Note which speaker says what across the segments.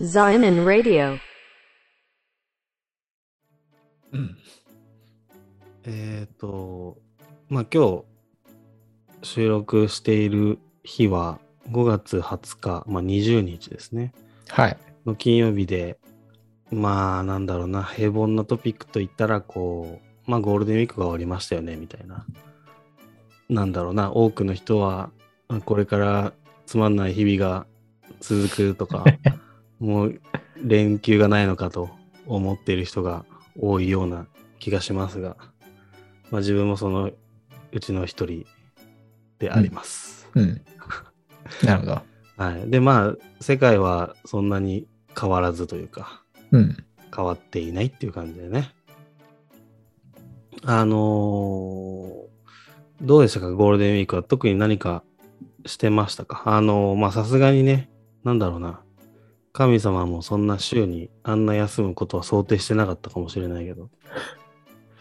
Speaker 1: Zion Radio.
Speaker 2: うんえっ、と、まあ、今日収録している日は5月20日、まあ、20日ですね。
Speaker 3: はい。
Speaker 2: の金曜日で、まあ、なんだろうな、平凡なトピックといったら、こう、まあ、ゴールデンウィークが終わりましたよね、みたいな。なんだろうな、多くの人は、あこれからつまんない日々が続くとか、もう連休がないのかと思っている人が多いような気がしますが、まあ、自分もそのうちの一人であります。
Speaker 3: うん。 なるほど。
Speaker 2: はい。で、まあ、世界はそんなに変わらずというか、
Speaker 3: うん。
Speaker 2: 変わっていないっていう感じでね。あのーどうでしたか、ゴールデンウィークは特に何かしてましたかあのーまあさすがにね、なんだろうな。神様もそんな週にあんな休むことは想定してなかったかもしれないけど、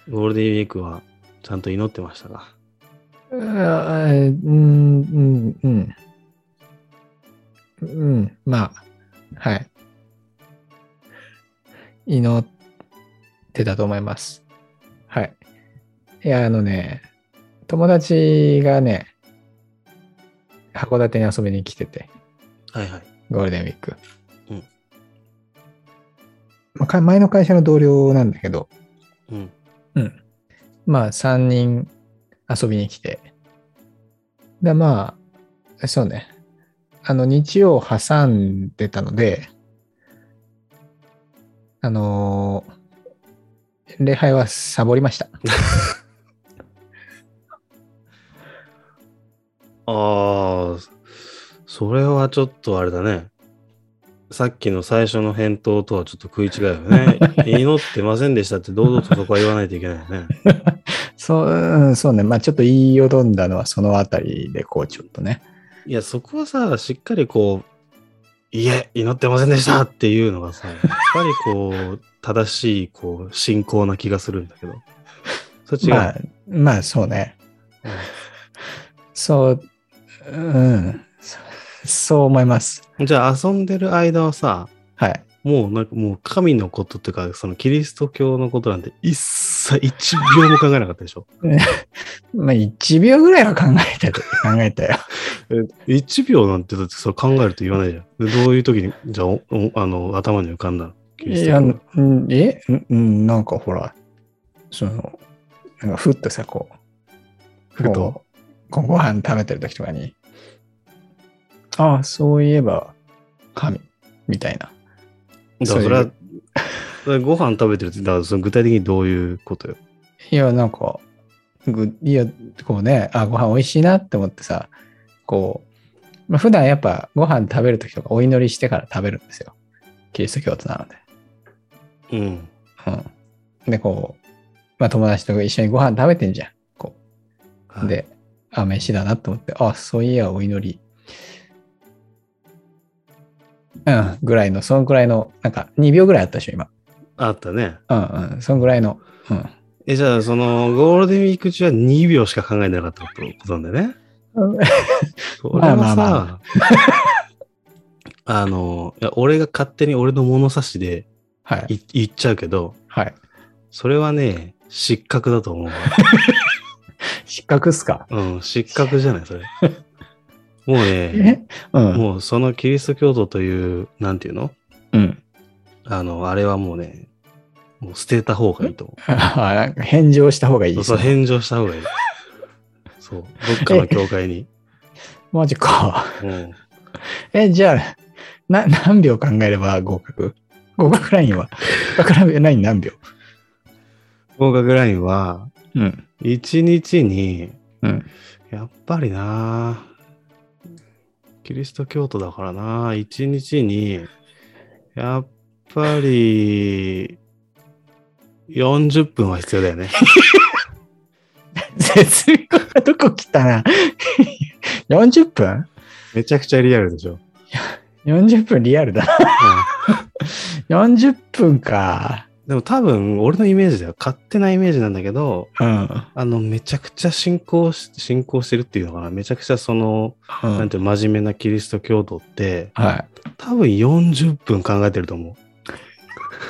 Speaker 2: ゴールデンウィークはちゃんと祈ってましたか
Speaker 3: うん、うん、うん。うん、まあ、はい。祈ってたと思います。はい。いや、あのね、友達がね、函館に遊びに来てて、
Speaker 2: はいはい。
Speaker 3: ゴールデンウィーク。
Speaker 2: うん
Speaker 3: まあか前の会社の同僚なんだけど、
Speaker 2: うん。
Speaker 3: うん。まあ、3人遊びに来て。で、まあ、そうね。あの、日曜挟んでたので、あのー礼拝はサボりました。
Speaker 2: ああ、それはちょっとあれだね。さっきの最初の返答とはちょっと食い違うよね。祈ってませんでしたって堂々とそこは言わないといけないよね。
Speaker 3: そう、うん、そうね。まあ、ちょっと言いよどんだのはそのあたりで、こう、ちょっとね。
Speaker 2: いや、そこはさ、しっかりこう、いえ、祈ってませんでしたっていうのがさ、やっぱりこう、正しい、こう、信仰な気がするんだけど。そっち
Speaker 3: ま
Speaker 2: が
Speaker 3: あ、まあ、そうね。そう、うん、そそう思います。
Speaker 2: じゃあ、遊んでる間はさ、
Speaker 3: はい。
Speaker 2: もうなんかもう神のことっていうか、そのキリスト教のことなんて一切一秒も考えなかったでしょ
Speaker 3: まあ、1秒ぐらいは考えたと、考えたよ。
Speaker 2: え、1秒なんてだってそれ考えると言わないじゃん。でどういう時に、じゃあ、おおあの、頭に浮かんだのキリス
Speaker 3: い
Speaker 2: ト
Speaker 3: や、
Speaker 2: 教
Speaker 3: んんえ、んうんなんかほら、その、なんかふっとさ、こう、
Speaker 2: ふと
Speaker 3: こうこうご飯食べてる時とかに、ああ、そういえば、神、みたいな。
Speaker 2: だからそれは、それはご飯食べてるって、だからその具体的にどういうことよ。
Speaker 3: いや、なんか、ぐいや、こうね、あ、ご飯美味しいなって思ってさ、こう、まあ、普段やっぱご飯食べる時とかお祈りしてから食べるんですよ。キリスト教徒なので。
Speaker 2: うん。
Speaker 3: うん。で、こう、まあ、友達と一緒にご飯食べてんじゃん。こう。で、あ、飯だなと思って、あ、そういや、お祈り。うん、ぐらいの、そのぐらいの、なんか、2秒ぐらいあったでしょ、今。
Speaker 2: あったね。
Speaker 3: うんうん、そのぐらいの。
Speaker 2: え、じゃあ、その、ゴールデンウィーク中は2秒しか考えなかったってことなんだよね。
Speaker 3: うん。
Speaker 2: それはさ、
Speaker 3: まあ
Speaker 2: あ
Speaker 3: まあ
Speaker 2: の、いや俺が勝手に俺の物差しで
Speaker 3: はい。
Speaker 2: い言っちゃうけど、
Speaker 3: はい。
Speaker 2: それはね、失格だと思うわ。
Speaker 3: 失格っすか
Speaker 2: うん、失格じゃない、それ。もうね、
Speaker 3: えうん。
Speaker 2: もうそのキリスト教徒という、なんていうの
Speaker 3: うん。
Speaker 2: あの、あれはもうね、もう捨てた方がいいと思
Speaker 3: あなんか返上した方がいいで
Speaker 2: う。
Speaker 3: す
Speaker 2: そう、
Speaker 3: ね。
Speaker 2: 返上した方がいい。そう、どっかの教会に。
Speaker 3: マジか。
Speaker 2: うん、
Speaker 3: え、じゃあ、な、何秒考えれば合格合格ラインは合格ライン何秒
Speaker 2: 合格ラインは、
Speaker 3: うん。
Speaker 2: 1日に、
Speaker 3: うん。
Speaker 2: やっぱりなキリスト教徒だからな1日に、やっぱり、40分は必要だよね。
Speaker 3: 絶妙なとこ来たな。40分
Speaker 2: めちゃくちゃリアルでしょ。
Speaker 3: ?40 分リアルだな。40分か。
Speaker 2: でも多分、俺のイメージでは勝手なイメージなんだけど、
Speaker 3: うん。
Speaker 2: あの、めちゃくちゃ信仰し、信仰してるっていうのかな。めちゃくちゃその、
Speaker 3: う
Speaker 2: なん
Speaker 3: ん
Speaker 2: ていうの真面目なキリスト教徒って、
Speaker 3: は
Speaker 2: 多分40分考えてると思う。
Speaker 3: い。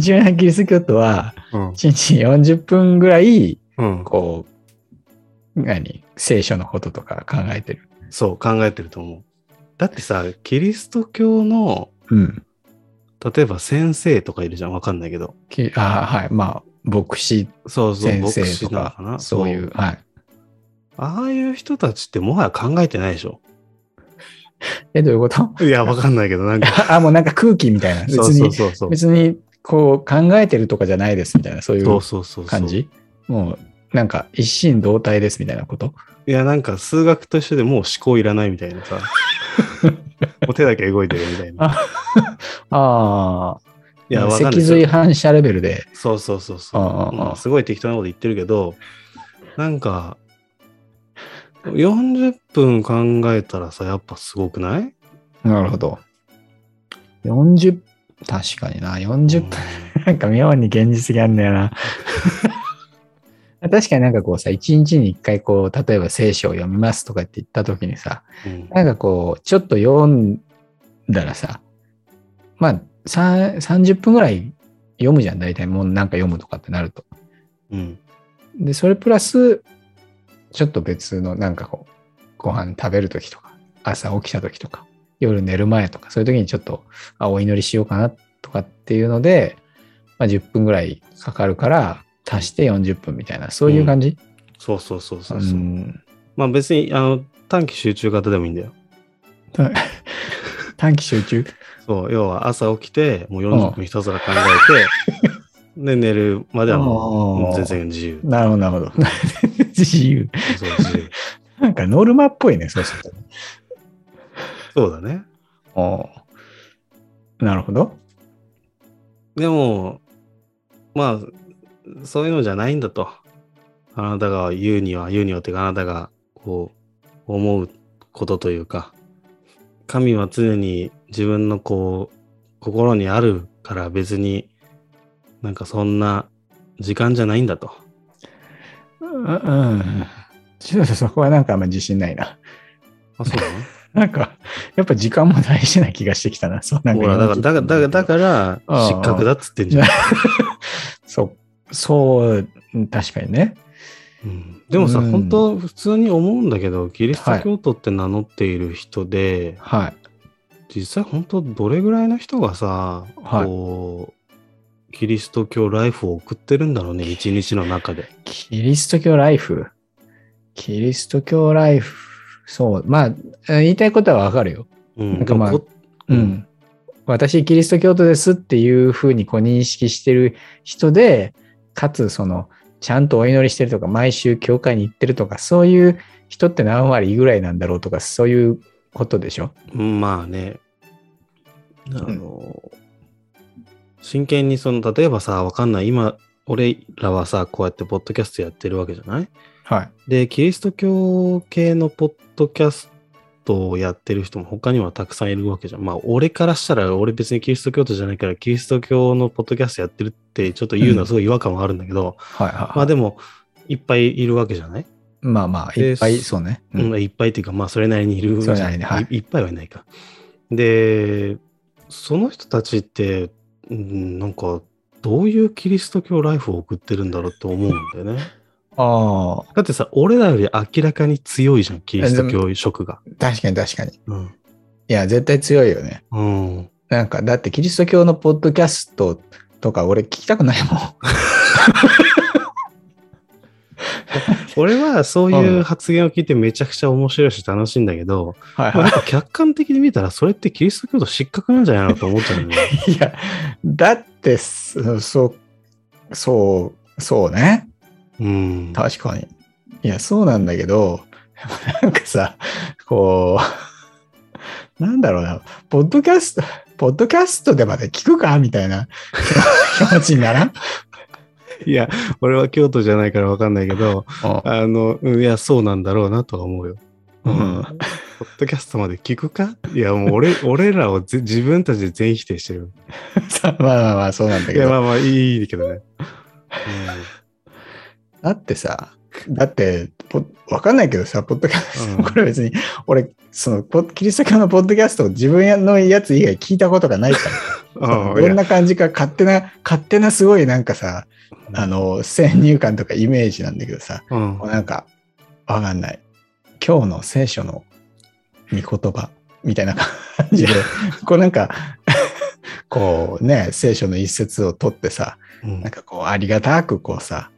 Speaker 3: 真面目なキリスト教徒は、
Speaker 2: うん。
Speaker 3: 1日40分ぐらい、
Speaker 2: うん。
Speaker 3: こう、何聖書のこととか考えてる。
Speaker 2: そう、考えてると思う。だってさ、キリスト教の、
Speaker 3: うん。
Speaker 2: 例えば先生とかいるじゃん。わかんないけど。
Speaker 3: きああ、はい。まあ、牧師
Speaker 2: そうそう、
Speaker 3: 先
Speaker 2: 牧
Speaker 3: 生
Speaker 2: 師
Speaker 3: と
Speaker 2: なの
Speaker 3: か
Speaker 2: か、な。
Speaker 3: そういう、。はい。
Speaker 2: ああいう人たちってもはや考えてないでしょ。
Speaker 3: え、どういうこと
Speaker 2: いや、わかんないけど、なんか。
Speaker 3: あ、もうなんか空気みたいな。別
Speaker 2: そうそう
Speaker 3: に、
Speaker 2: そうそう。
Speaker 3: 別に、こう、考えてるとかじゃないですみたいな、そうい
Speaker 2: そううそうそうそう。
Speaker 3: 感じもう、なんか、一心同体ですみたいなこと
Speaker 2: いや、なんか数学と一緒でもう思考いらないみたい なさ。もう手だけ動いてるみたいな。
Speaker 3: ああ、
Speaker 2: いや、わかんない
Speaker 3: 脊
Speaker 2: です
Speaker 3: 髄
Speaker 2: よ。
Speaker 3: 反射レベルで。
Speaker 2: そうそうそうそうう。
Speaker 3: んうんうん
Speaker 2: うんすごい適当なこと言ってるけど、なんか、40分考えたらさ、やっぱすごくない
Speaker 3: なるほど。40、確かにな、40分、なんか妙に現実的なんだよ な。確かになんかこうさ、一日に一回こう、例えば聖書を読みますとかって言った時にさ、
Speaker 2: うんうん
Speaker 3: なんかこう、ちょっと読んだらさ、まあ、さん30分ぐらい読むじゃん、大体もうなんか読むとかってなると。
Speaker 2: うん。
Speaker 3: で、それプラス、ちょっと別の、なんかこう、ご飯食べるときとか、朝起きたときとか、夜寝る前とか、そういうときにちょっと、あ、お祈りしようかなとかっていうので、まあ、10分ぐらいかかるから、足して40分みたいな、そういう感じ、
Speaker 2: そうそうそう
Speaker 3: う
Speaker 2: そ
Speaker 3: ん、
Speaker 2: うそう。まあ別に、あの、短期集中型でもいいんだよ。
Speaker 3: た短期集中
Speaker 2: そう、要は朝起きて、もう40分ひたすら考えて、で、寝るまではもう
Speaker 3: あー
Speaker 2: 全然自由。
Speaker 3: なるほど、なるほど。 自由。
Speaker 2: そう、自由。
Speaker 3: なんかノルマっぽいね、そうするとね。
Speaker 2: そうだね。
Speaker 3: おーなるほど。
Speaker 2: でも、まあ、そういうのじゃないんだと。あなたが言うには、言うにはっていうか、あなたがこう、思うことというか、神は常に自分のこう、心にあるから別になんかそんな時間じゃないんだと。
Speaker 3: うんうん。ちょっとそこはなんかあんま自信ないな。
Speaker 2: あ、そうだね。
Speaker 3: なんか、やっぱ時間も大事な気がしてきたな。 そうなん
Speaker 2: ほら、だから、だから、だから、だ
Speaker 3: ら、
Speaker 2: から
Speaker 3: あー
Speaker 2: 失格だっつってんじゃん。
Speaker 3: そう、そう、うん確かにね。
Speaker 2: うんでもさ、
Speaker 3: うん
Speaker 2: 本当普通に思うんだけど、キリスト教徒って名乗っている人で、
Speaker 3: はい。
Speaker 2: 実際本当どれぐらいの人がさ、
Speaker 3: はい
Speaker 2: こうキリスト教ライフを送ってるんだ ろうね一日の中で。
Speaker 3: キリスト教ライフ。キリスト教ライフ。そう。まあ、言いたいことはわかるよ。
Speaker 2: う
Speaker 3: なんかまあ
Speaker 2: こ
Speaker 3: う
Speaker 2: うん
Speaker 3: ん。私、キリスト教徒ですっていうふうにこう認識してる人で、かつ、その、ちゃんとお祈りしてるとか、毎週教会に行ってるとか、そういう人って何割ぐらいなんだろうとか、そういうことでしょ
Speaker 2: うんまあねあの、真剣にその例えばさわかんない今俺らはさこうやってポッドキャストやってるわけじゃない
Speaker 3: はい。
Speaker 2: でキリスト教系のポッドキャストをやってる人も他にはたくさんいるわけじゃん。まあ俺からしたら俺別にキリスト教徒じゃないからキリスト教のポッドキャストやってるってちょっと言うのはすごい違和感はあるんだけど、
Speaker 3: はいはいはい。
Speaker 2: まあでも、いっぱいいるわけじゃない、
Speaker 3: まあまあ、
Speaker 2: で
Speaker 3: いっぱい、そうね。う
Speaker 2: うんん、いっぱいっていうか、まあそれなりにいる
Speaker 3: それなりにはい
Speaker 2: い。いっぱいはいないか。で、その人たちって、うんなんか、どういうキリスト教ライフを送ってるんだろうって思うんだよね。
Speaker 3: ああ、
Speaker 2: だってさ、俺らより明らかに強いじゃん、キリスト教色が。
Speaker 3: 確かに確かに。い
Speaker 2: うん。
Speaker 3: や、絶対強いよね。
Speaker 2: うん。
Speaker 3: なんか、だってキリスト教のポッドキャストとか、俺聞きたく ないもん。
Speaker 2: 俺はそういううん発言を聞いてめちゃくちゃ面白いし楽しいんだけど、
Speaker 3: はい
Speaker 2: まあ、なんか客観的に見たらそれってキリスト教徒失格なんじゃないのと思っちゃうんだよね。
Speaker 3: い。いや、だって、そそう、そう、そうね。
Speaker 2: うん。
Speaker 3: 確かに。いや、そうなんだけど、なんかさ、こう、なんだろうな、ポッドキャスト、ポッドキャストでまで聞くかみたいな 気持ちにな らん
Speaker 2: いや、俺は京都じゃないから分かんないけど、あの、うんいや、そうなんだろうなとは思うよ。
Speaker 3: うん
Speaker 2: ポッドキャストまで聞くかいや、もう 俺俺らをぜ自分たちで全否定してる。
Speaker 3: さまあまあまあ、そうなんだ
Speaker 2: い
Speaker 3: け
Speaker 2: や、ま
Speaker 3: ど。
Speaker 2: あまあいいけどね。
Speaker 3: だってさ、だって、ポわかんないけどさ、ポッドキャス
Speaker 2: うん
Speaker 3: ト、これ別に、俺、その、ポキリスト教のポッドキャストを自分のやつ以外聞いたことがないから。
Speaker 2: うん。うん
Speaker 3: どんな感じか勝手な、勝手なすごいなんかさ、
Speaker 2: うん
Speaker 3: あの、先入観とかイメージなんだけどさ、
Speaker 2: うん
Speaker 3: もうなんか、わかんない。今日の聖書の御言葉みたいな感じで、こうなんか、 こうね、聖書の一節を取ってさ、
Speaker 2: うん
Speaker 3: なんかこうありがたくこうさ、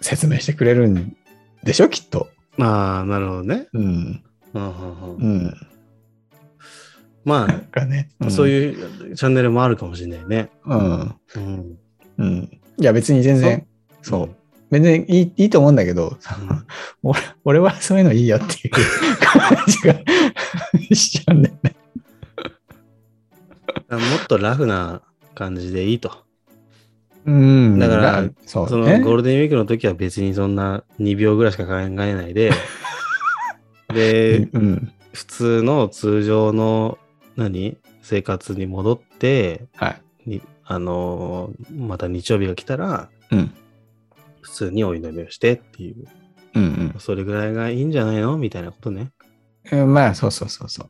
Speaker 3: 説明してくれるんでしょ、きっと。
Speaker 2: ああ、なるほどね。
Speaker 3: うん。
Speaker 2: うんうんう
Speaker 3: うんん。
Speaker 2: ま
Speaker 3: なんかね。
Speaker 2: あ、そう
Speaker 3: う
Speaker 2: いうチャンネルもあるかもしれないね。
Speaker 3: ん。うん。
Speaker 2: うん。
Speaker 3: うん。いや、別に全然、そう。全然いいいいと思うんだけど、
Speaker 2: うん。
Speaker 3: 俺はそういうのいいよっていう感じがしちゃうんだよね。
Speaker 2: うんもっとラフな感じでいいと。
Speaker 3: うん
Speaker 2: だから
Speaker 3: そう
Speaker 2: その
Speaker 3: ね
Speaker 2: ゴールデンウィークの時は別にそんな2秒ぐらいしか考えな いで、で、
Speaker 3: うん。
Speaker 2: 普通の通常の何生活に戻って、
Speaker 3: はい。
Speaker 2: にあのーまた日曜日が来たら、
Speaker 3: うん。
Speaker 2: 普通にお祈りをしてっていう、
Speaker 3: うん
Speaker 2: それぐらいがいいんじゃないのみたいなことね。
Speaker 3: うん。まあ、そうそうそうそう。